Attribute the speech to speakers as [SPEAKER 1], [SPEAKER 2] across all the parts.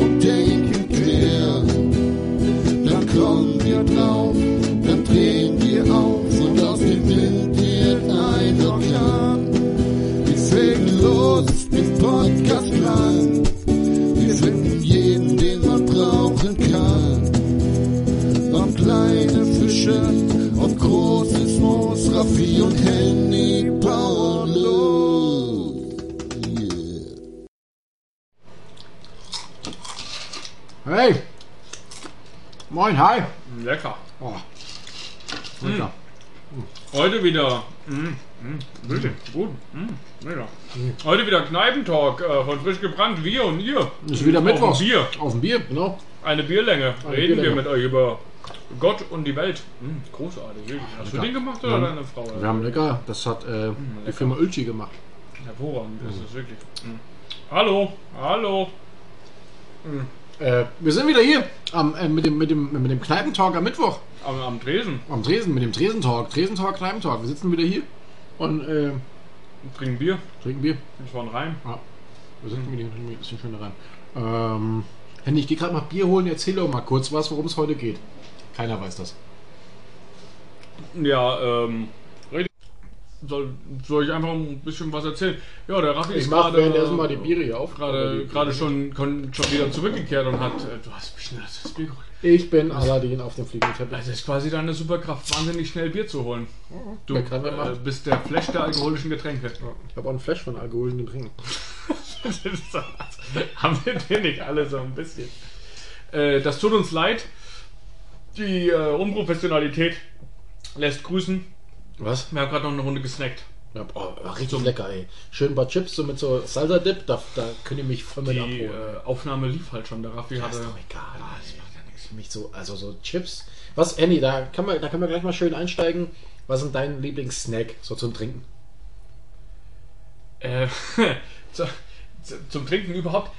[SPEAKER 1] und denken quer. Dann kommen wir drauf, dann drehen wir auf und aus dem Wind wird ein Orkan. Wir fegen los im Podcastland. Wir finden jeden, den man brauchen kann. Ob kleine Fische, ob großes Moos, Raffi und Henny bauen los. Yeah.
[SPEAKER 2] Hey! Moin, hi!
[SPEAKER 3] Lecker.
[SPEAKER 2] Oh.
[SPEAKER 3] Hm.
[SPEAKER 2] Lecker.
[SPEAKER 3] Heute wieder. Mm, mm, wirklich gut. Mm, lecker. Heute wieder Kneipentalk äh, von frisch gebrannt. Wir und ihr.
[SPEAKER 2] Ist wieder Mittwochs.
[SPEAKER 3] Auf ein Bier.
[SPEAKER 2] Auf dem Bier, genau.
[SPEAKER 3] Eine Bierlänge.
[SPEAKER 2] Eine
[SPEAKER 3] Reden
[SPEAKER 2] Bierlänge.
[SPEAKER 3] wir mit euch über Gott und die Welt. Mm, großartig. Wirklich. Hast du
[SPEAKER 2] lecker.
[SPEAKER 3] den gemacht oder
[SPEAKER 2] Ja.
[SPEAKER 3] deine Frau?
[SPEAKER 2] Wir haben lecker. Das hat äh,
[SPEAKER 3] Hm,
[SPEAKER 2] die Firma Ulci gemacht.
[SPEAKER 3] Hervorragend. Das ist wirklich. Mm. Hallo. Hallo.
[SPEAKER 2] Äh, wir sind wieder hier am, äh, mit, dem, mit, dem, mit dem Kneipentalk am Mittwoch.
[SPEAKER 3] Am, am Tresen.
[SPEAKER 2] Am Tresen, mit dem Tresentalk. Tresentalk, Kneipentalk. Wir sitzen wieder hier und äh,
[SPEAKER 3] Trinken Bier.
[SPEAKER 2] trinken Bier.
[SPEAKER 3] Das war ein Reim.
[SPEAKER 2] Wir sitzen wieder ein bisschen schön rein. Ähm, Henny, ich gehe gerade mal Bier holen. Erzähl doch mal kurz was, worum es heute geht. Keiner weiß das.
[SPEAKER 3] Ja, ähm. rede- Soll, soll ich einfach ein bisschen was erzählen? Ja, der Raffi ist
[SPEAKER 2] mach
[SPEAKER 3] gerade.
[SPEAKER 2] währenddessen mal die Biere hier auf.
[SPEAKER 3] gerade, gerade schon, kon, schon wieder zurückgekehrt und hat. Äh, du hast bestimmt das Bier geholt.
[SPEAKER 2] Ich bin Aladdin auf dem fliegenden Teppich.
[SPEAKER 3] Das ist quasi deine Superkraft, wahnsinnig schnell Bier zu holen. Du
[SPEAKER 2] Wer kann, der
[SPEAKER 3] äh,
[SPEAKER 2] macht.
[SPEAKER 3] bist der Flash der alkoholischen Getränke.
[SPEAKER 2] Ich habe auch ein Flash von alkoholischen Getränken.
[SPEAKER 3] Das ist doch- Haben wir denn nicht alle so ein bisschen? Äh, das tut uns leid. Die äh, Unprofessionalität lässt grüßen.
[SPEAKER 2] Was?
[SPEAKER 3] Wir haben gerade noch eine Runde gesnackt.
[SPEAKER 2] Ja, boah, war richtig lecker, ey. Schön ein paar Chips so mit so Salsa-Dip, da, da könnt ihr mich voll mit
[SPEAKER 3] Die
[SPEAKER 2] abholen.
[SPEAKER 3] äh, Aufnahme lief halt schon. Der Raffi
[SPEAKER 2] Ja, ist
[SPEAKER 3] hatte.
[SPEAKER 2] doch egal. das macht ja nichts. Für mich so, also so Chips. Was, Andy, da kann man, da kann man gleich mal schön einsteigen. Was ist denn dein Lieblingssnack so zum Trinken?
[SPEAKER 3] Äh, zu, zu, zum Trinken überhaupt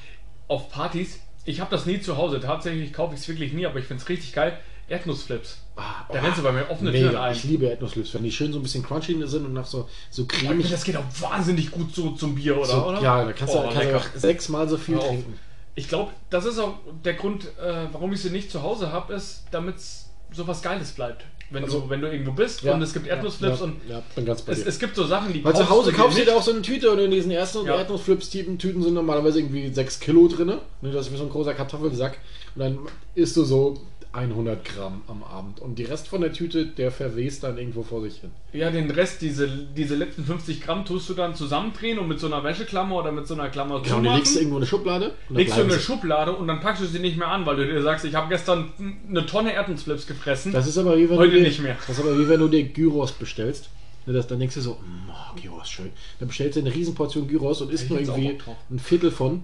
[SPEAKER 3] auf Partys. Ich habe das nie zu Hause. Tatsächlich kaufe ich es wirklich nie, aber ich finde es richtig geil. Erdnussflips.
[SPEAKER 2] Ah,
[SPEAKER 3] Da rennst du bei mir offene Türen
[SPEAKER 2] mega.
[SPEAKER 3] ein.
[SPEAKER 2] Ich liebe Erdnusslips, wenn die schön so ein bisschen crunchy sind und nach so, so
[SPEAKER 3] Ich finde,
[SPEAKER 2] cremig.
[SPEAKER 3] das geht auch wahnsinnig gut so zum Bier, oder?
[SPEAKER 2] so,
[SPEAKER 3] oder?
[SPEAKER 2] Ja, da kannst du,
[SPEAKER 3] Oh,
[SPEAKER 2] kannst du
[SPEAKER 3] lecker.
[SPEAKER 2] auch sechsmal so viel
[SPEAKER 3] Hör auf.
[SPEAKER 2] trinken.
[SPEAKER 3] Ich glaube, das ist auch der Grund, äh, warum ich sie nicht zu Hause habe, ist, damit es so was Geiles bleibt. Wenn,
[SPEAKER 2] Also-
[SPEAKER 3] du, wenn du irgendwo bist
[SPEAKER 2] Ja,
[SPEAKER 3] und es gibt Erdnussflips
[SPEAKER 2] ja,
[SPEAKER 3] und
[SPEAKER 2] ja, bin ganz bei
[SPEAKER 3] es,
[SPEAKER 2] dir.
[SPEAKER 3] es gibt so Sachen, die
[SPEAKER 2] Weil zu Hause
[SPEAKER 3] dir
[SPEAKER 2] kaufst du
[SPEAKER 3] nicht.
[SPEAKER 2] dir auch so eine Tüte und in diesen ersten
[SPEAKER 3] Ja.
[SPEAKER 2] Erdnussflips-Tüten Tüten sind normalerweise irgendwie 6 Kilo drin. Ne, das ist wie so ein großer Kartoffelsack. Und dann isst du so 100 Gramm am Abend. Und die Rest von der Tüte, der verwest dann irgendwo vor sich hin.
[SPEAKER 3] Ja, den Rest, diese, diese letzten 50 Gramm, tust du dann zusammendrehen und mit so einer Wäscheklammer oder mit so einer Klammer
[SPEAKER 2] Genau, die
[SPEAKER 3] zumachen.
[SPEAKER 2] legst du irgendwo in eine Schublade. Und dann
[SPEAKER 3] Legst du in
[SPEAKER 2] bleiben
[SPEAKER 3] eine
[SPEAKER 2] sie.
[SPEAKER 3] Schublade und dann packst du sie nicht mehr an, weil du dir sagst, ich habe gestern eine Tonne Erdnussflips gefressen.
[SPEAKER 2] das ist aber wie wenn
[SPEAKER 3] Heute
[SPEAKER 2] du dir,
[SPEAKER 3] nicht mehr.
[SPEAKER 2] Das ist aber wie wenn du dir Gyros bestellst. Ne, das, dann denkst du so, "Mm, oh, Gyros, schön. Dann bestellst du eine Riesenportion Gyros und isst
[SPEAKER 3] Ich
[SPEAKER 2] nur
[SPEAKER 3] hätt's auch
[SPEAKER 2] irgendwie
[SPEAKER 3] Bock drauf.
[SPEAKER 2] ein Viertel von.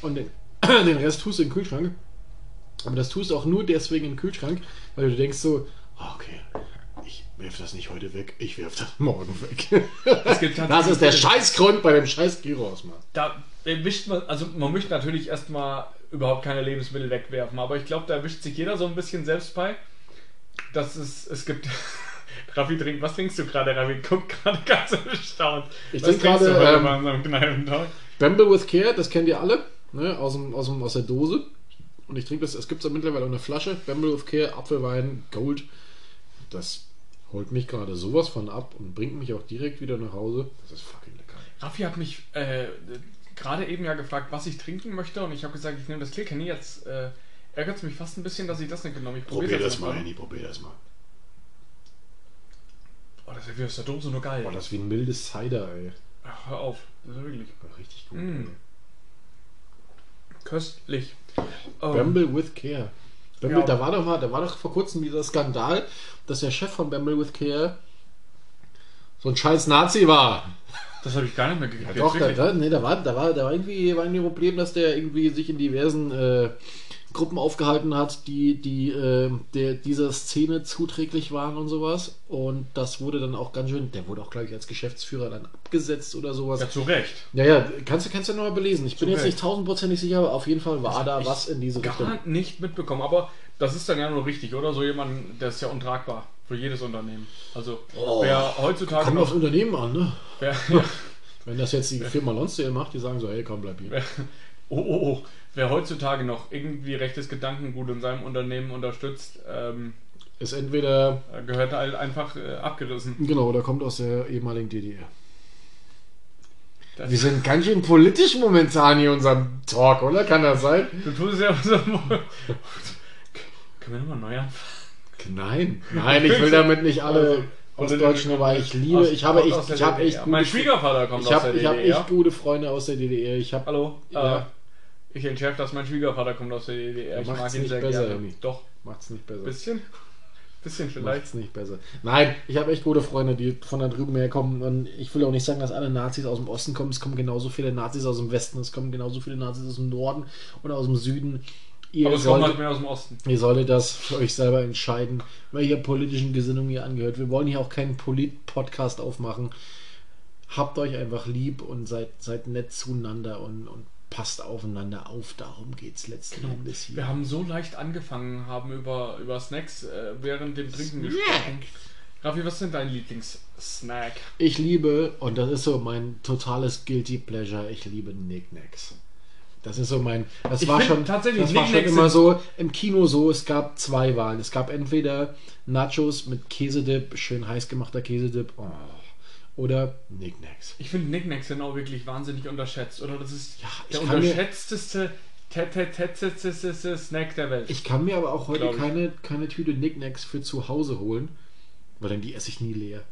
[SPEAKER 2] Und den, den Rest tust du in den Kühlschrank. Aber das tust du auch nur deswegen in den Kühlschrank, weil du denkst so, "Ah, okay, ich werf das nicht heute weg, ich werf das morgen weg.
[SPEAKER 3] Es gibt
[SPEAKER 2] Das
[SPEAKER 3] tatsächlich-
[SPEAKER 2] ist der Scheißgrund bei dem scheiß Gyros, Mann.
[SPEAKER 3] Da erwischt man, also man möchte natürlich erstmal überhaupt keine Lebensmittel wegwerfen, aber ich glaube, da erwischt sich jeder so ein bisschen selbst bei. Das ist, es gibt. Raffi trinkt, was trinkst du gerade, Raffi? Guck gerade ganz erstaunt.
[SPEAKER 2] Ich
[SPEAKER 3] was
[SPEAKER 2] trink
[SPEAKER 3] trinkst du
[SPEAKER 2] gerade,
[SPEAKER 3] heute
[SPEAKER 2] ähm,
[SPEAKER 3] bei unserem Kneipentag?
[SPEAKER 2] Bramble with Care, das kennt ihr alle, ne, aus, dem, aus, dem, aus der Dose. Und ich trinke das, es gibt es mittlerweile auch eine Flasche. Bramble with Care, Apfelwein, Gold. Das holt mich gerade sowas von ab und bringt mich auch direkt wieder nach Hause. Das ist fucking lecker.
[SPEAKER 3] Raffi hat mich äh, gerade eben ja gefragt, was ich trinken möchte, und ich habe gesagt, ich nehme das Kilkenny. Jetzt äh, ärgert es mich fast ein bisschen, dass ich das nicht genommen habe. Ich
[SPEAKER 2] Probier
[SPEAKER 3] probier's
[SPEAKER 2] das
[SPEAKER 3] jetzt
[SPEAKER 2] mal,
[SPEAKER 3] einfach.
[SPEAKER 2] Andy, probier das mal.
[SPEAKER 3] Oh, das ist ja wie aus der Dose nur geil.
[SPEAKER 2] Boah, das ist wie ein mildes Cider, ey.
[SPEAKER 3] Ach, hör auf. Das ist wirklich
[SPEAKER 2] Richtig gut.
[SPEAKER 3] Mm. köstlich. Ähm,
[SPEAKER 2] Bramble with Care. Bramble,
[SPEAKER 3] Ja.
[SPEAKER 2] da war doch mal, da war doch vor kurzem dieser Skandal, dass der Chef von Bramble with Care so ein scheiß Nazi war.
[SPEAKER 3] Das habe ich gar nicht mehr gekriegt.
[SPEAKER 2] Doch, da, da, nee, da, war, da, war, da war irgendwie war irgendwie ein Problem, dass der irgendwie sich in diversen äh, Gruppen aufgehalten hat, die, die äh, der, dieser Szene zuträglich waren und sowas. Und das wurde dann auch ganz schön, der wurde auch, glaube ich, als Geschäftsführer dann abgesetzt oder sowas.
[SPEAKER 3] ja, zu Recht.
[SPEAKER 2] Ja, ja, kannst, du- kannst du nochmal belesen. Ich bin jetzt
[SPEAKER 3] Recht.
[SPEAKER 2] nicht tausendprozentig sicher, aber auf jeden Fall war da was in diese Richtung.
[SPEAKER 3] Gar nicht mitbekommen, aber das ist dann ja nur richtig, oder? So jemand, der ist ja untragbar. Für jedes Unternehmen. Also
[SPEAKER 2] Oh,
[SPEAKER 3] wer heutzutage
[SPEAKER 2] Kommt aufs
[SPEAKER 3] noch,
[SPEAKER 2] Unternehmen an, ne?
[SPEAKER 3] wer,
[SPEAKER 2] Wenn das jetzt die Firma Lonsdale macht, die sagen so, hey, komm, bleib hier.
[SPEAKER 3] oh, oh, oh, wer heutzutage noch irgendwie rechtes Gedankengut in seinem Unternehmen unterstützt, ähm,
[SPEAKER 2] Ist entweder,
[SPEAKER 3] gehört halt einfach äh, abgerissen.
[SPEAKER 2] genau, oder kommt aus der ehemaligen DDR.
[SPEAKER 3] Das-
[SPEAKER 2] Wir sind ganz schön politisch momentan hier in unserem Talk, oder? Kann das sein?
[SPEAKER 3] Du tust es ja so. Können wir nochmal neu anfangen?
[SPEAKER 2] Nein, nein, ich will damit nicht alle aus
[SPEAKER 3] Also,
[SPEAKER 2] Deutschland, aber ich liebe,
[SPEAKER 3] aus-
[SPEAKER 2] ich habe
[SPEAKER 3] aus-
[SPEAKER 2] echt,
[SPEAKER 3] aus der
[SPEAKER 2] ich habe
[SPEAKER 3] DDR.
[SPEAKER 2] echt
[SPEAKER 3] Mein
[SPEAKER 2] gute,
[SPEAKER 3] Schwiegervater kommt
[SPEAKER 2] ich
[SPEAKER 3] aus der
[SPEAKER 2] habe, ich
[SPEAKER 3] DDR.
[SPEAKER 2] habe echt gute Freunde aus der DDR. Ich habe,
[SPEAKER 3] Hallo? Äh,
[SPEAKER 2] Ja.
[SPEAKER 3] ich entschärfe, dass mein Schwiegervater kommt aus der DDR. Ich
[SPEAKER 2] Macht's
[SPEAKER 3] mag ihn
[SPEAKER 2] nicht
[SPEAKER 3] sehr
[SPEAKER 2] besser,
[SPEAKER 3] gerne.
[SPEAKER 2] Emmy.
[SPEAKER 3] Doch,
[SPEAKER 2] macht's nicht besser.
[SPEAKER 3] bisschen. Bisschen vielleicht.
[SPEAKER 2] Macht's nicht besser. Nein, ich habe echt gute Freunde, die von da drüben herkommen. Und ich will auch nicht sagen, dass alle Nazis aus dem Osten kommen. Es kommen genauso viele Nazis aus dem Westen. Es kommen genauso viele Nazis aus dem Norden und aus dem Süden. Ihr,
[SPEAKER 3] Aber es kommt halt
[SPEAKER 2] solltet,
[SPEAKER 3] mehr aus dem Osten.
[SPEAKER 2] ihr solltet das für euch selber entscheiden, welcher politischen Gesinnung ihr angehört. Wir wollen hier auch keinen Polit-Podcast aufmachen. Habt euch einfach lieb und seid, seid nett zueinander und, und passt aufeinander auf. Darum geht es letzten Endes hier.
[SPEAKER 3] Wir haben so leicht angefangen, haben über, über Snacks äh, während dem Trinken gesprochen. Raffi, was sind dein Lieblingssnack?
[SPEAKER 2] Ich liebe, und das ist so mein totales Guilty Pleasure, ich liebe Knickknacks. Das ist so mein. Das
[SPEAKER 3] Ich
[SPEAKER 2] war
[SPEAKER 3] find
[SPEAKER 2] schon.
[SPEAKER 3] tatsächlich,
[SPEAKER 2] das war schon
[SPEAKER 3] Knickknacks
[SPEAKER 2] immer
[SPEAKER 3] sind-
[SPEAKER 2] so im Kino so. Es gab zwei Wahlen. Es gab entweder Nachos mit Käsedip, schön heiß gemachter Käsedip, oh, oder Knickknacks.
[SPEAKER 3] Ich finde Knickknacks sind auch wirklich wahnsinnig unterschätzt, oder? Das ist
[SPEAKER 2] Ja, ich
[SPEAKER 3] der
[SPEAKER 2] kann mir-
[SPEAKER 3] unterschätzteste tä- tä- tä- tä- tä- tä- tä- Snack der Welt.
[SPEAKER 2] Ich kann mir aber auch heute
[SPEAKER 3] Glaub ich.
[SPEAKER 2] keine, keine Tüte Knickknacks für zu Hause holen, weil dann die esse ich nie leer.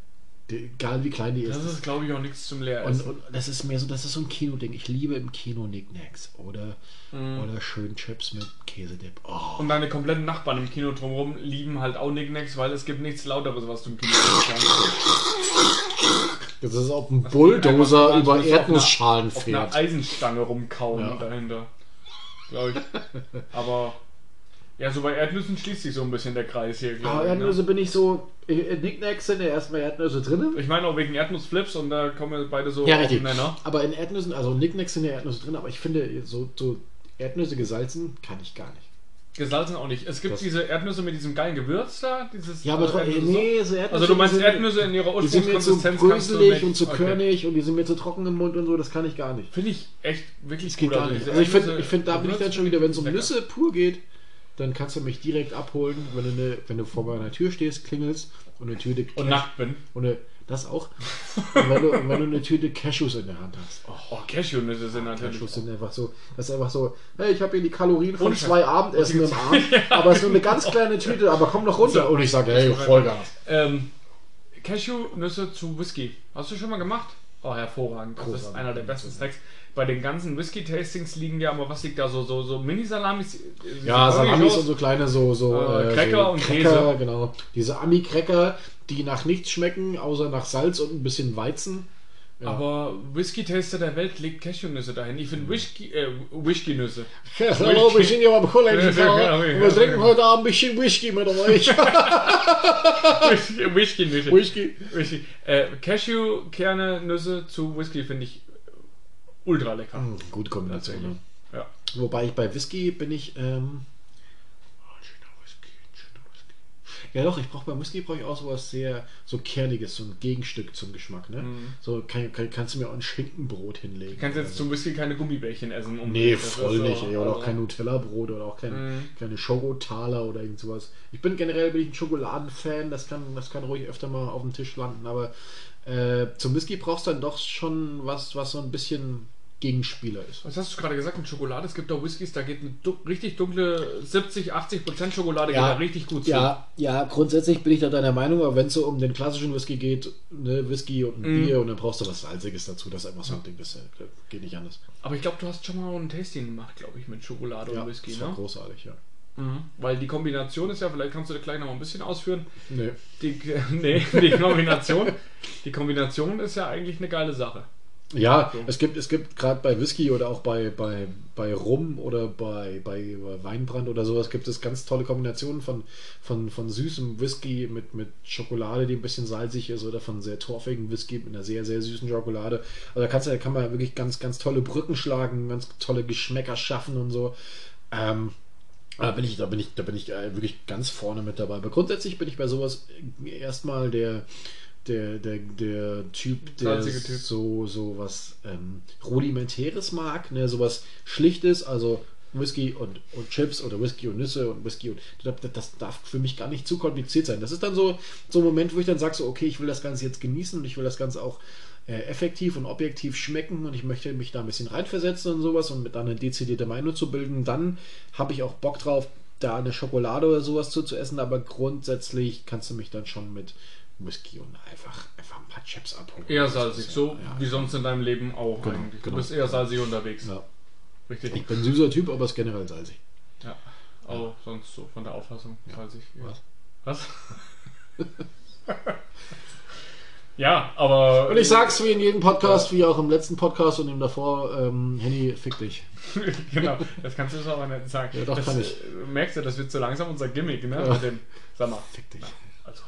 [SPEAKER 2] Die, egal wie klein die ist.
[SPEAKER 3] das ist, glaube ich, auch nichts zum
[SPEAKER 2] Und,
[SPEAKER 3] Leeressen.
[SPEAKER 2] und das ist mir so, das ist so ein Kinoding. Ich liebe im Kino Knickknacks oder, oder schön Chips mit Käsedip. Oh.
[SPEAKER 3] Und deine kompletten Nachbarn im Kino drumherum lieben halt auch Knickknacks, weil es gibt nichts Lauteres, was du im Kino essen kannst.
[SPEAKER 2] Das ist auf dem
[SPEAKER 3] Einfach
[SPEAKER 2] Bulldozer
[SPEAKER 3] nur
[SPEAKER 2] über
[SPEAKER 3] auf einer-
[SPEAKER 2] Erdnussschalen
[SPEAKER 3] Auf einer
[SPEAKER 2] fährt.
[SPEAKER 3] Eisenstange rumkauen
[SPEAKER 2] Ja.
[SPEAKER 3] dahinter. Glaube ich. Aber ja, so bei Erdnüssen schließt sich so ein bisschen der Kreis hier,
[SPEAKER 2] Aber
[SPEAKER 3] glaube ich.
[SPEAKER 2] Ah, Erdnüsse
[SPEAKER 3] Ne?
[SPEAKER 2] bin ich so. äh, Knickknacks sind ja erstmal Erdnüsse drin.
[SPEAKER 3] Ich meine auch wegen Erdnussflips und da kommen wir beide so
[SPEAKER 2] Ja,
[SPEAKER 3] auf
[SPEAKER 2] richtig.
[SPEAKER 3] den Nenner.
[SPEAKER 2] Aber in Erdnüssen, also Knickknacks sind ja Erdnüsse drin, aber ich finde, so, so Erdnüsse gesalzen kann ich gar nicht.
[SPEAKER 3] Gesalzen auch nicht. Es gibt
[SPEAKER 2] Das-
[SPEAKER 3] diese Erdnüsse mit diesem geilen Gewürz da, dieses
[SPEAKER 2] Ja, aber
[SPEAKER 3] äh,
[SPEAKER 2] trotzdem.
[SPEAKER 3] Erdnüsse
[SPEAKER 2] Nee, so Erdnüsse.
[SPEAKER 3] so. Also du meinst
[SPEAKER 2] sind-
[SPEAKER 3] Erdnüsse in ihrer
[SPEAKER 2] Die sind mir zu
[SPEAKER 3] Ursprungskonsistenz kannst du
[SPEAKER 2] bröselig
[SPEAKER 3] nicht-
[SPEAKER 2] und zu
[SPEAKER 3] Okay.
[SPEAKER 2] körnig und die sind mir zu trocken im Mund und so, das kann ich gar nicht.
[SPEAKER 3] Finde ich echt wirklich
[SPEAKER 2] Das geht
[SPEAKER 3] gut.
[SPEAKER 2] gar
[SPEAKER 3] Also
[SPEAKER 2] nicht.
[SPEAKER 3] diese
[SPEAKER 2] Also ich finde,
[SPEAKER 3] Erdnüsse-
[SPEAKER 2] ich find, da bin ich dann schon wieder, wenn es um
[SPEAKER 3] Lecker.
[SPEAKER 2] Nüsse pur geht, dann kannst du mich direkt abholen, wenn du, ne, wenn du vor meiner Tür stehst, klingelst und eine Tüte
[SPEAKER 3] und nackt bin.
[SPEAKER 2] und eine, das auch. Und wenn du, und wenn du eine Tüte Cashews in der Hand hast. Oh,
[SPEAKER 3] Oh, Cashewnüsse sind natürlich.
[SPEAKER 2] Cashews sind einfach so, das ist einfach so, hey, ich habe hier die Kalorien von
[SPEAKER 3] Und-
[SPEAKER 2] zwei Abendessen im Arm, aber es ist nur eine ganz kleine Tüte, aber komm noch runter. Und ich sage, hey, Vollgas.
[SPEAKER 3] Ähm, Cashewnüsse zu Whisky. Hast du schon mal gemacht? Oh, hervorragend. Das ist
[SPEAKER 2] Großartig.
[SPEAKER 3] einer der besten Snacks. Bei den ganzen Whisky-Tastings liegen ja aber was liegt da so so so Mini-Salamis. äh,
[SPEAKER 2] Ja,
[SPEAKER 3] so
[SPEAKER 2] Salamis
[SPEAKER 3] Burritos.
[SPEAKER 2] und so kleine, so, so,
[SPEAKER 3] Äh, Cracker
[SPEAKER 2] so
[SPEAKER 3] und Käse.
[SPEAKER 2] genau. Diese Ami-Cracker, die nach nichts schmecken, außer nach Salz und ein bisschen Weizen. Ja. Mhm.
[SPEAKER 3] Aber Whisky-Taster der Welt legt Cashewnüsse dahin. Ich finde Whisky, äh, Whisky-Nüsse.
[SPEAKER 2] Hallo, wir sind ja beim Kollegen
[SPEAKER 3] Ja, ja, ja.
[SPEAKER 2] und wir trinken heute Abend ein bisschen Whisky mit euch.
[SPEAKER 3] Whisky- Whisky-Nüsse.
[SPEAKER 2] Whisky.
[SPEAKER 3] Whisky. Äh, Cashewkerne, Nüsse zu Whisky finde ich ultra lecker.
[SPEAKER 2] Hm, Gute Kombination. Ne?
[SPEAKER 3] Ja.
[SPEAKER 2] Wobei ich bei Whisky bin ich. Ähm, oh, ein schöner Whisky, ein schöner Whisky. ja doch, ich brauche beim Whisky brauche ich auch sowas sehr so kerniges, so ein Gegenstück zum Geschmack. Ne? So kann, kann, kannst du mir auch ein Schinkenbrot hinlegen.
[SPEAKER 3] Du kannst jetzt zum Whisky keine Gummibärchen essen. Um
[SPEAKER 2] Nee,
[SPEAKER 3] das ist
[SPEAKER 2] voll
[SPEAKER 3] so-
[SPEAKER 2] nicht. Ey. Oder auch
[SPEAKER 3] also-
[SPEAKER 2] kein Nutella-Brot oder auch kein,
[SPEAKER 3] Mhm.
[SPEAKER 2] keine Schokotaler oder irgend sowas. Ich bin generell bin ich ein Schokoladenfan, das kann, das kann ruhig öfter mal auf dem Tisch landen, aber äh, zum Whisky brauchst du dann doch schon was, was so ein bisschen Gegenspieler ist.
[SPEAKER 3] Was hast du gerade gesagt mit Schokolade? Es gibt auch Whiskys, da geht eine du richtig dunkle 70, 80 Prozent Schokolade
[SPEAKER 2] Ja.
[SPEAKER 3] geht da richtig gut zu.
[SPEAKER 2] Ja, ja, grundsätzlich bin ich da deiner Meinung, aber wenn es so um den klassischen Whisky geht, ne, Whisky und ein
[SPEAKER 3] Mhm.
[SPEAKER 2] Bier und dann brauchst du was Salziges dazu, das ist einfach so ein Ding, das äh, geht nicht anders.
[SPEAKER 3] Aber ich glaube, du hast schon mal ein Tasting gemacht, glaube ich, mit Schokolade
[SPEAKER 2] Ja,
[SPEAKER 3] und Whisky,
[SPEAKER 2] das war
[SPEAKER 3] ne?
[SPEAKER 2] großartig, ja.
[SPEAKER 3] Mhm. Weil die Kombination ist ja, vielleicht kannst du das gleich noch mal ein bisschen ausführen.
[SPEAKER 2] Nee.
[SPEAKER 3] Die, nee, die Kombination, die Kombination ist ja eigentlich eine geile Sache.
[SPEAKER 2] Ja, es gibt, es gibt gerade bei Whisky oder auch bei, bei, bei Rum oder bei, bei Weinbrand oder sowas gibt es ganz tolle Kombinationen von, von, von süßem Whisky mit, mit Schokolade, die ein bisschen salzig ist oder von sehr torfigen Whisky mit einer sehr, sehr süßen Schokolade. Also da kannst, du- da kann man wirklich ganz, ganz tolle Brücken schlagen, ganz tolle Geschmäcker schaffen und so. Ähm, Da bin ich, da bin ich, da bin ich äh, wirklich ganz vorne mit dabei. Aber grundsätzlich bin ich bei sowas erstmal der, der, der, der Typ, der
[SPEAKER 3] Salzige Typ.
[SPEAKER 2] so, so was ähm, Rudimentäres mag, ne, sowas Schlichtes, also Whisky und, und Chips oder Whisky und Nüsse und Whisky und das, das darf für mich gar nicht zu kompliziert sein. Das ist dann so, so ein Moment, wo ich dann sage, so, okay, ich will das Ganze jetzt genießen und ich will das Ganze auch äh, effektiv und objektiv schmecken und ich möchte mich da ein bisschen reinversetzen und sowas und mit dann eine dezidierte Meinung zu bilden, dann habe ich auch Bock drauf, da eine Schokolade oder sowas zu, zu essen, aber grundsätzlich kannst du mich dann schon mit Whisky und einfach, einfach ein paar Chips abholen.
[SPEAKER 3] Eher
[SPEAKER 2] Das ist
[SPEAKER 3] salzig,
[SPEAKER 2] ja-
[SPEAKER 3] so
[SPEAKER 2] ja.
[SPEAKER 3] wie sonst in deinem Leben auch
[SPEAKER 2] Genau,
[SPEAKER 3] eigentlich. Du
[SPEAKER 2] genau.
[SPEAKER 3] bist eher salzig unterwegs.
[SPEAKER 2] Ja.
[SPEAKER 3] Richtig.
[SPEAKER 2] Ich bin ein süßer Typ, aber es ist generell salzig.
[SPEAKER 3] Ja. Aber sonst so von der Auffassung salzig. Ja.
[SPEAKER 2] Was?
[SPEAKER 3] Was? ja, aber.
[SPEAKER 2] Und ich sag's wie in jedem Podcast, wie auch im letzten Podcast und dem davor, ähm, Henny, fick dich.
[SPEAKER 3] genau, das kannst du jetzt aber nicht sagen.
[SPEAKER 2] Ja, doch,
[SPEAKER 3] das,
[SPEAKER 2] kann ich.
[SPEAKER 3] äh, Merkst du, das wird so langsam unser Gimmick, ne?
[SPEAKER 2] Ja.
[SPEAKER 3] Mit dem, sag mal.
[SPEAKER 2] Fick dich.
[SPEAKER 3] Also.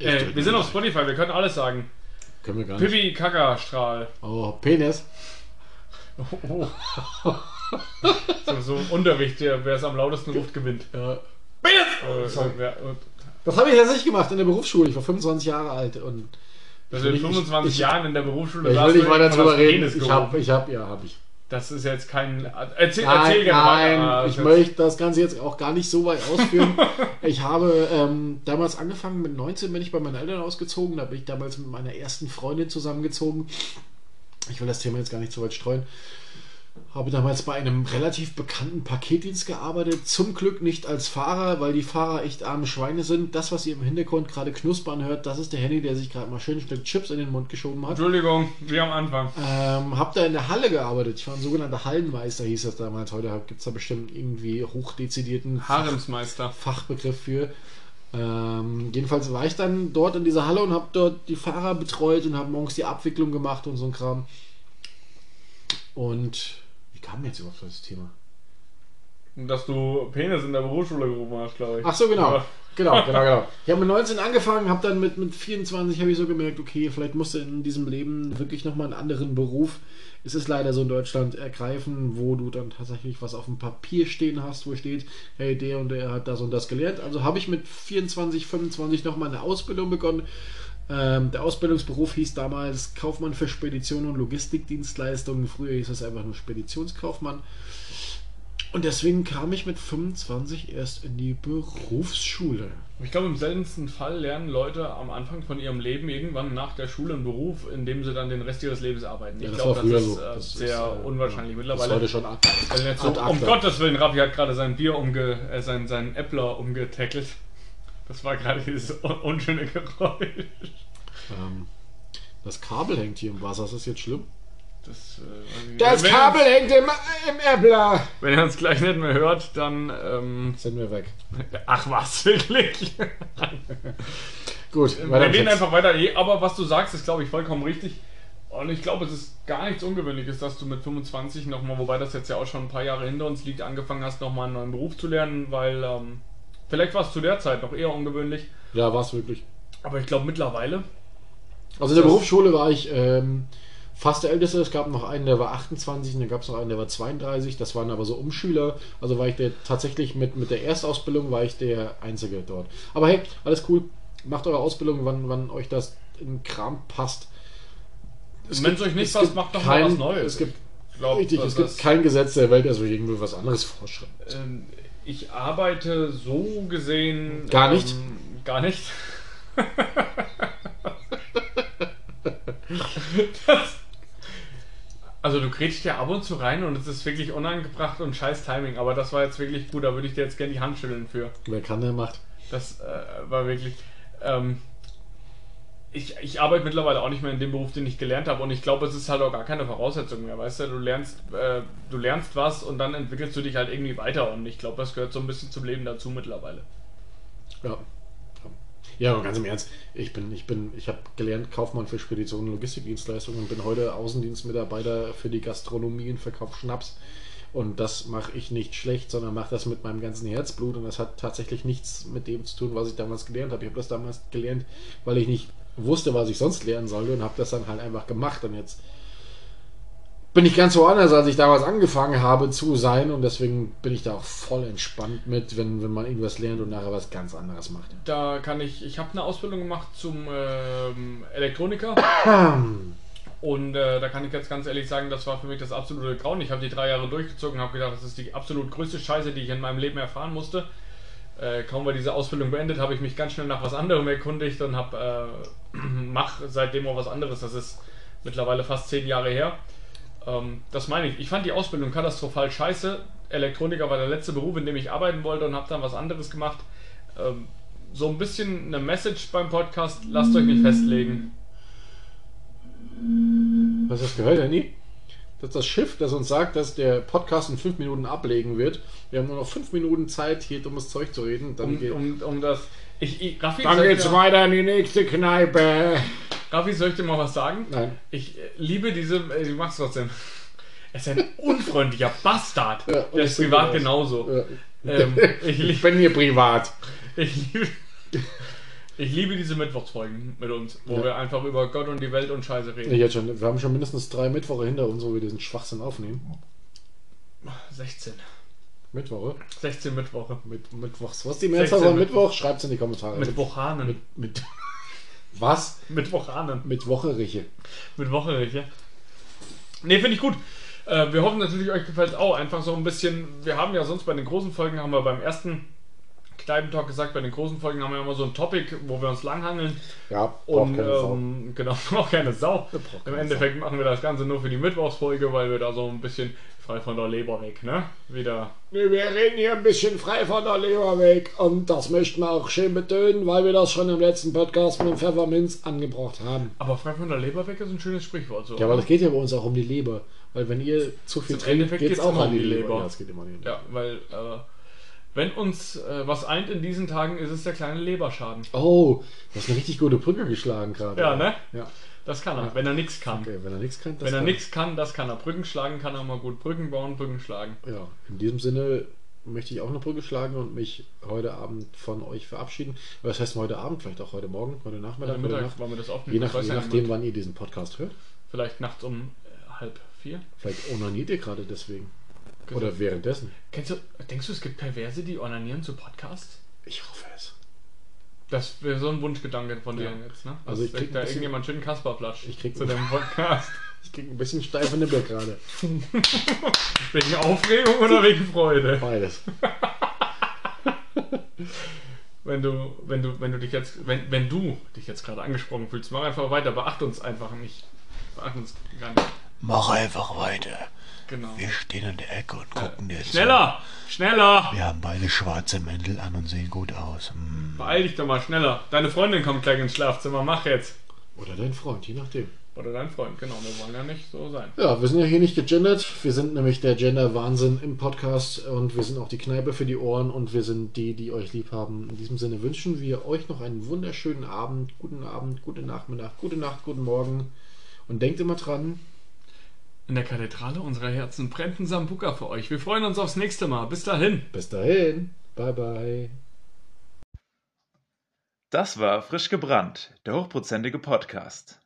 [SPEAKER 2] Ich
[SPEAKER 3] Äh,
[SPEAKER 2] drück
[SPEAKER 3] wir sind
[SPEAKER 2] mich.
[SPEAKER 3] auf Spotify, wir können alles sagen.
[SPEAKER 2] Können wir gar nicht.
[SPEAKER 3] Pippi Kaka Strahl.
[SPEAKER 2] Oh, Penis.
[SPEAKER 3] Oh. so, so ein Unterricht, der, wer es am lautesten ruft, gewinnt.
[SPEAKER 2] Ja.
[SPEAKER 3] Äh,
[SPEAKER 2] sorry.
[SPEAKER 3] wer- und
[SPEAKER 2] Das habe ich tatsächlich gemacht in der Berufsschule. Ich war 25 Jahre alt und
[SPEAKER 3] Also in
[SPEAKER 2] Ich- ich-
[SPEAKER 3] 25
[SPEAKER 2] ich-
[SPEAKER 3] Jahren in der Berufsschule
[SPEAKER 2] ich
[SPEAKER 3] saß
[SPEAKER 2] will nicht
[SPEAKER 3] du
[SPEAKER 2] weiter
[SPEAKER 3] irgendwann
[SPEAKER 2] drüber
[SPEAKER 3] das
[SPEAKER 2] reden.
[SPEAKER 3] Penis
[SPEAKER 2] Ich
[SPEAKER 3] gehoben.
[SPEAKER 2] habe, ich habe, ja, habe ich.
[SPEAKER 3] Das ist jetzt kein. Erzähl, erzähl
[SPEAKER 2] Nein,
[SPEAKER 3] gerne weiter.
[SPEAKER 2] nein,
[SPEAKER 3] Äh,
[SPEAKER 2] ich
[SPEAKER 3] das-
[SPEAKER 2] möchte das Ganze jetzt auch gar nicht so weit ausführen. ich habe ähm, damals angefangen, mit 19 bin ich bei meinen Eltern ausgezogen, da bin ich damals mit meiner ersten Freundin zusammengezogen. Ich will das Thema jetzt gar nicht so weit streuen. Habe damals bei einem relativ bekannten Paketdienst gearbeitet. Zum Glück nicht als Fahrer, weil die Fahrer echt arme Schweine sind. Das, was ihr im Hintergrund gerade knuspern hört, das ist der Henny, der sich gerade mal schön ein Stück Chips in den Mund geschoben hat.
[SPEAKER 3] Entschuldigung, wie am Anfang.
[SPEAKER 2] Ähm, hab da in der Halle gearbeitet. Ich war ein sogenannter Hallenmeister, hieß das damals. Heute gibt es da bestimmt irgendwie hochdezidierten
[SPEAKER 3] Haremsmeister.
[SPEAKER 2] Fachbegriff für. Ähm, jedenfalls war ich dann dort in dieser Halle und habe dort die Fahrer betreut und habe morgens die Abwicklung gemacht und so ein Kram. Und wie kam jetzt überhaupt das Thema?
[SPEAKER 3] Dass du Penis in der Berufsschule gerufen hast, glaube ich.
[SPEAKER 2] Ach so, genau.
[SPEAKER 3] Ja.
[SPEAKER 2] Genau, genau, genau. Ich habe mit 19 angefangen, habe dann mit, mit 24 habe ich so gemerkt, okay, vielleicht musst du in diesem Leben wirklich nochmal einen anderen Beruf, es ist leider so in Deutschland, ergreifen, wo du dann tatsächlich was auf dem Papier stehen hast, wo steht, hey, der und der hat das und das gelernt. Also habe ich mit 24, 25 nochmal eine Ausbildung begonnen. Ähm, der Ausbildungsberuf hieß damals Kaufmann für Spedition und Logistikdienstleistungen. Früher hieß es einfach nur Speditionskaufmann. Und deswegen kam ich mit 25 erst in die Berufsschule.
[SPEAKER 3] Ich glaube, im seltensten Fall lernen Leute am Anfang von ihrem Leben irgendwann nach der Schule einen Beruf, in dem sie dann den Rest ihres Lebens arbeiten.
[SPEAKER 2] Ja,
[SPEAKER 3] ich
[SPEAKER 2] das
[SPEAKER 3] glaube,
[SPEAKER 2] war
[SPEAKER 3] das,
[SPEAKER 2] früher
[SPEAKER 3] ist
[SPEAKER 2] so.
[SPEAKER 3] äh,
[SPEAKER 2] Das
[SPEAKER 3] sehr
[SPEAKER 2] ist, äh,
[SPEAKER 3] unwahrscheinlich.
[SPEAKER 2] Das ist
[SPEAKER 3] Mittlerweile.
[SPEAKER 2] heute schon ab.
[SPEAKER 3] wenn jetzt so,
[SPEAKER 2] ad
[SPEAKER 3] um
[SPEAKER 2] acta.
[SPEAKER 3] Gottes Willen, Raffi hat gerade sein Bier umge. Äh, sein, sein Äppler umgetackelt. Das war gerade dieses un unschöne Geräusch.
[SPEAKER 2] Ähm, das Kabel hängt hier im Wasser, ist das jetzt schlimm?
[SPEAKER 3] Das, äh, weiß ich nicht.
[SPEAKER 2] Das
[SPEAKER 3] wenn,
[SPEAKER 2] Kabel hängt im, im Äppler!
[SPEAKER 3] Wenn ihr uns gleich nicht mehr hört, dann. Ähm,
[SPEAKER 2] Sind wir weg.
[SPEAKER 3] ach was, wirklich.
[SPEAKER 2] Gut,
[SPEAKER 3] Wir
[SPEAKER 2] weiter
[SPEAKER 3] reden
[SPEAKER 2] geht's.
[SPEAKER 3] einfach weiter. Eh, Aber was du sagst, ist, glaube ich, vollkommen richtig. Und ich glaube, es ist gar nichts Ungewöhnliches, dass du mit 25 nochmal, wobei das jetzt ja auch schon ein paar Jahre hinter uns liegt, angefangen hast, nochmal einen neuen Beruf zu lernen, weil ähm, vielleicht war es zu der Zeit noch eher ungewöhnlich.
[SPEAKER 2] Ja, war's wirklich.
[SPEAKER 3] Aber ich glaube mittlerweile.
[SPEAKER 2] Also in der
[SPEAKER 3] Das-
[SPEAKER 2] Berufsschule war ich ähm, fast der Älteste. Es gab noch einen, der war 28 und dann gab es noch einen, der war 32. Das waren aber so Umschüler. Also war ich der tatsächlich mit, mit der Erstausbildung war ich der Einzige dort. Aber hey, alles cool. Macht eure Ausbildung, wann, wann euch das in Kram passt. Es
[SPEAKER 3] Wenn's
[SPEAKER 2] gibt-
[SPEAKER 3] euch nicht
[SPEAKER 2] es
[SPEAKER 3] passt,
[SPEAKER 2] gibt
[SPEAKER 3] macht doch mal
[SPEAKER 2] kein,
[SPEAKER 3] was Neues.
[SPEAKER 2] Es gibt,
[SPEAKER 3] Ich glaub,
[SPEAKER 2] richtig,
[SPEAKER 3] dass
[SPEAKER 2] es gibt
[SPEAKER 3] das-
[SPEAKER 2] kein Gesetz der Welt, das euch irgendwie was anderes vorschreibt.
[SPEAKER 3] Ähm, ich arbeite so gesehen.
[SPEAKER 2] Gar nicht?
[SPEAKER 3] Ähm, gar nicht. das, also, du kriegst ja ab und zu rein und es ist wirklich unangebracht und scheiß Timing. Aber das war jetzt wirklich gut, da würde ich dir jetzt gerne die Hand schütteln für.
[SPEAKER 2] Wer kann, der macht.
[SPEAKER 3] Das äh, war wirklich. Ähm, ich, ich arbeite mittlerweile auch nicht mehr in dem Beruf, den ich gelernt habe. Und ich glaube, es ist halt auch gar keine Voraussetzung mehr. Weißt du, du lernst, äh, du lernst was und dann entwickelst du dich halt irgendwie weiter. Und ich glaube, das gehört so ein bisschen zum Leben dazu mittlerweile.
[SPEAKER 2] Ja. Ja, aber ganz im Ernst. Ich bin, ich bin, ich habe gelernt Kaufmann für Speditionen und Logistikdienstleistungen und bin heute Außendienstmitarbeiter für die Gastronomie und verkaufe Schnaps. Und das mache ich nicht schlecht, sondern mache das mit meinem ganzen Herzblut. Und das hat tatsächlich nichts mit dem zu tun, was ich damals gelernt habe. Ich habe das damals gelernt, weil ich nicht wusste, was ich sonst lernen sollte und habe das dann halt einfach gemacht. Und jetzt bin ich ganz woanders, als ich damals angefangen habe zu sein und deswegen bin ich da auch voll entspannt mit, wenn, wenn man irgendwas lernt und nachher was ganz anderes macht.
[SPEAKER 3] Da kann ich, ich habe eine Ausbildung gemacht zum ähm, Elektroniker und äh, da kann ich jetzt ganz ehrlich sagen, das war für mich das absolute Grauen. Ich habe die drei Jahre durchgezogen und habe gedacht, das ist die absolut größte Scheiße, die ich in meinem Leben erfahren musste. Äh, kaum war diese Ausbildung beendet, habe ich mich ganz schnell nach was anderem erkundigt und habe äh, mach seitdem auch was anderes. Das ist mittlerweile fast zehn Jahre her. Ähm, das meine ich. Ich fand die Ausbildung katastrophal scheiße. Elektroniker war der letzte Beruf, in dem ich arbeiten wollte und habe dann was anderes gemacht. Ähm, so ein bisschen eine Message beim Podcast. Lasst euch nicht festlegen.
[SPEAKER 2] Hast du das gehört, Henny? Das ist das Schiff, das uns sagt, dass der Podcast in fünf Minuten ablegen wird. Wir haben nur noch fünf Minuten Zeit, hier dummes Zeug zu reden. Dann,
[SPEAKER 3] Um,
[SPEAKER 2] geht,
[SPEAKER 3] um, um das. Ich, ich, Raffi,
[SPEAKER 2] dann
[SPEAKER 3] soll ich
[SPEAKER 2] geht's
[SPEAKER 3] dir-
[SPEAKER 2] weiter in die nächste Kneipe.
[SPEAKER 3] Raffi, soll ich dir mal was sagen?
[SPEAKER 2] Nein.
[SPEAKER 3] Ich äh, liebe diese. äh, Ich mach's trotzdem. Er ist ein unfreundlicher Bastard.
[SPEAKER 2] Ja, und
[SPEAKER 3] der
[SPEAKER 2] ich
[SPEAKER 3] ist
[SPEAKER 2] bin
[SPEAKER 3] privat
[SPEAKER 2] raus.
[SPEAKER 3] genauso.
[SPEAKER 2] Äh,
[SPEAKER 3] Ähm, ich,
[SPEAKER 2] Ich
[SPEAKER 3] lieb,
[SPEAKER 2] bin hier privat.
[SPEAKER 3] ich, liebe, ich liebe diese Mittwochsfolgen mit uns, wo
[SPEAKER 2] Ja.
[SPEAKER 3] wir einfach über Gott und die Welt und Scheiße reden.
[SPEAKER 2] Jetzt schon, wir haben schon mindestens drei Mittwoche hinter uns, wo wir diesen Schwachsinn aufnehmen.
[SPEAKER 3] 16.
[SPEAKER 2] Mittwoche?
[SPEAKER 3] 16 Mittwoche.
[SPEAKER 2] Mit, Mittwochs. Was ist die Mehrzahl
[SPEAKER 3] 16
[SPEAKER 2] von Mittwoch? Schreibt's in die Kommentare.
[SPEAKER 3] Mittwochanen. Mit,
[SPEAKER 2] Mit, mit, was?
[SPEAKER 3] Mittwochanen.
[SPEAKER 2] Mittwocheriche.
[SPEAKER 3] Mit Wocherich, ja. Ne, finde ich gut. Äh, wir hoffen natürlich, euch gefällt auch einfach so ein bisschen. Wir haben ja sonst bei den großen Folgen, haben wir beim ersten Kneipentalk gesagt, bei den großen Folgen haben wir immer so ein Topic, wo wir uns langhangeln.
[SPEAKER 2] Ja, braucht
[SPEAKER 3] Und
[SPEAKER 2] keine Sau.
[SPEAKER 3] ähm, genau, auch keine Sau.
[SPEAKER 2] Wir brauchen
[SPEAKER 3] Im
[SPEAKER 2] keine
[SPEAKER 3] Endeffekt machen wir das Ganze nur für die Mittwochsfolge, weil wir da so ein bisschen frei von der Leber weg, ne? Wieder.
[SPEAKER 2] Nee, wir reden hier ein bisschen frei von der Leber weg und das möchten wir auch schön betonen, weil wir das schon im letzten Podcast mit dem Pfefferminz angebracht haben.
[SPEAKER 3] Aber frei von der Leber weg ist ein schönes Sprichwort. So.
[SPEAKER 2] Ja, aber das geht ja bei uns auch um die Leber, weil wenn ihr zu viel
[SPEAKER 3] Im
[SPEAKER 2] trinkt,
[SPEAKER 3] Endeffekt
[SPEAKER 2] geht es
[SPEAKER 3] geht's
[SPEAKER 2] auch
[SPEAKER 3] immer um
[SPEAKER 2] an die Leber. Ja, es geht immer an die Leber.
[SPEAKER 3] Ja, weil äh, wenn uns äh, was eint in diesen Tagen, ist es der kleine Leberschaden.
[SPEAKER 2] Oh, du hast eine richtig gute Brücke geschlagen gerade.
[SPEAKER 3] Ja, ne?
[SPEAKER 2] Ja.
[SPEAKER 3] Das kann er, wenn er nichts kann.
[SPEAKER 2] Okay, wenn er nichts kann, das
[SPEAKER 3] Wenn er
[SPEAKER 2] kann.
[SPEAKER 3] nichts kann, das kann er. Brücken schlagen kann er mal gut. Brücken bauen, Brücken schlagen.
[SPEAKER 2] Ja, in diesem Sinne möchte ich auch eine Brücke schlagen und mich heute Abend von euch verabschieden. Was heißt heute Abend? Vielleicht auch heute Morgen, heute Nachmittag,
[SPEAKER 3] Heute
[SPEAKER 2] heute,
[SPEAKER 3] Mittag
[SPEAKER 2] Nacht.
[SPEAKER 3] wollen wir das aufnehmen.
[SPEAKER 2] Je,
[SPEAKER 3] das
[SPEAKER 2] nach,
[SPEAKER 3] weiß
[SPEAKER 2] je
[SPEAKER 3] ja
[SPEAKER 2] nachdem,
[SPEAKER 3] niemand.
[SPEAKER 2] wann ihr diesen Podcast hört.
[SPEAKER 3] Vielleicht nachts um äh, halb vier.
[SPEAKER 2] Vielleicht onaniert ihr gerade deswegen.
[SPEAKER 3] Genau.
[SPEAKER 2] Oder währenddessen.
[SPEAKER 3] Kennst du, denkst du, es gibt Perverse, die onanieren zu Podcasts?
[SPEAKER 2] Ich hoffe es.
[SPEAKER 3] Das wäre so ein Wunschgedanke von dir
[SPEAKER 2] Ja.
[SPEAKER 3] jetzt, ne?
[SPEAKER 2] Also
[SPEAKER 3] Dass
[SPEAKER 2] ich krieg
[SPEAKER 3] da
[SPEAKER 2] ein bisschen-
[SPEAKER 3] irgendjemand schön Kasper platscht
[SPEAKER 2] Ich krieg-
[SPEAKER 3] zu dem Podcast.
[SPEAKER 2] Ich kriege ein bisschen steife Nippel gerade.
[SPEAKER 3] wegen Aufregung oder wegen Freude?
[SPEAKER 2] Beides.
[SPEAKER 3] Wenn du, wenn du, wenn du dich jetzt, wenn, wenn du dich jetzt gerade angesprochen fühlst, mach einfach weiter, beachte uns einfach nicht. Beachte uns gar nicht.
[SPEAKER 4] Mach einfach weiter.
[SPEAKER 3] Genau.
[SPEAKER 4] Wir stehen in der Ecke und gucken dir zu.
[SPEAKER 3] Schneller! Schneller!
[SPEAKER 4] Wir haben beide schwarze Mäntel an und sehen gut aus. Hm.
[SPEAKER 3] Beeil dich doch mal schneller. Deine Freundin kommt gleich ins Schlafzimmer, mach jetzt.
[SPEAKER 2] Oder dein Freund, je nachdem.
[SPEAKER 3] Oder dein Freund, genau, wir wollen ja nicht so sein.
[SPEAKER 2] Ja, wir sind ja hier nicht gegendert. Wir sind nämlich der Gender-Wahnsinn im Podcast und wir sind auch die Kneipe für die Ohren und wir sind die, die euch lieb haben. In diesem Sinne wünschen wir euch noch einen wunderschönen Abend, guten Abend, guten Nachmittag, gute Nacht, guten Morgen. Und denkt immer dran,
[SPEAKER 3] In der Kathedrale unserer Herzen brennt ein Sambuka für euch. Wir freuen uns aufs nächste Mal. Bis dahin.
[SPEAKER 2] bis dahin, bye bye.
[SPEAKER 5] Das war Frisch gebrannt, der hochprozentige Podcast.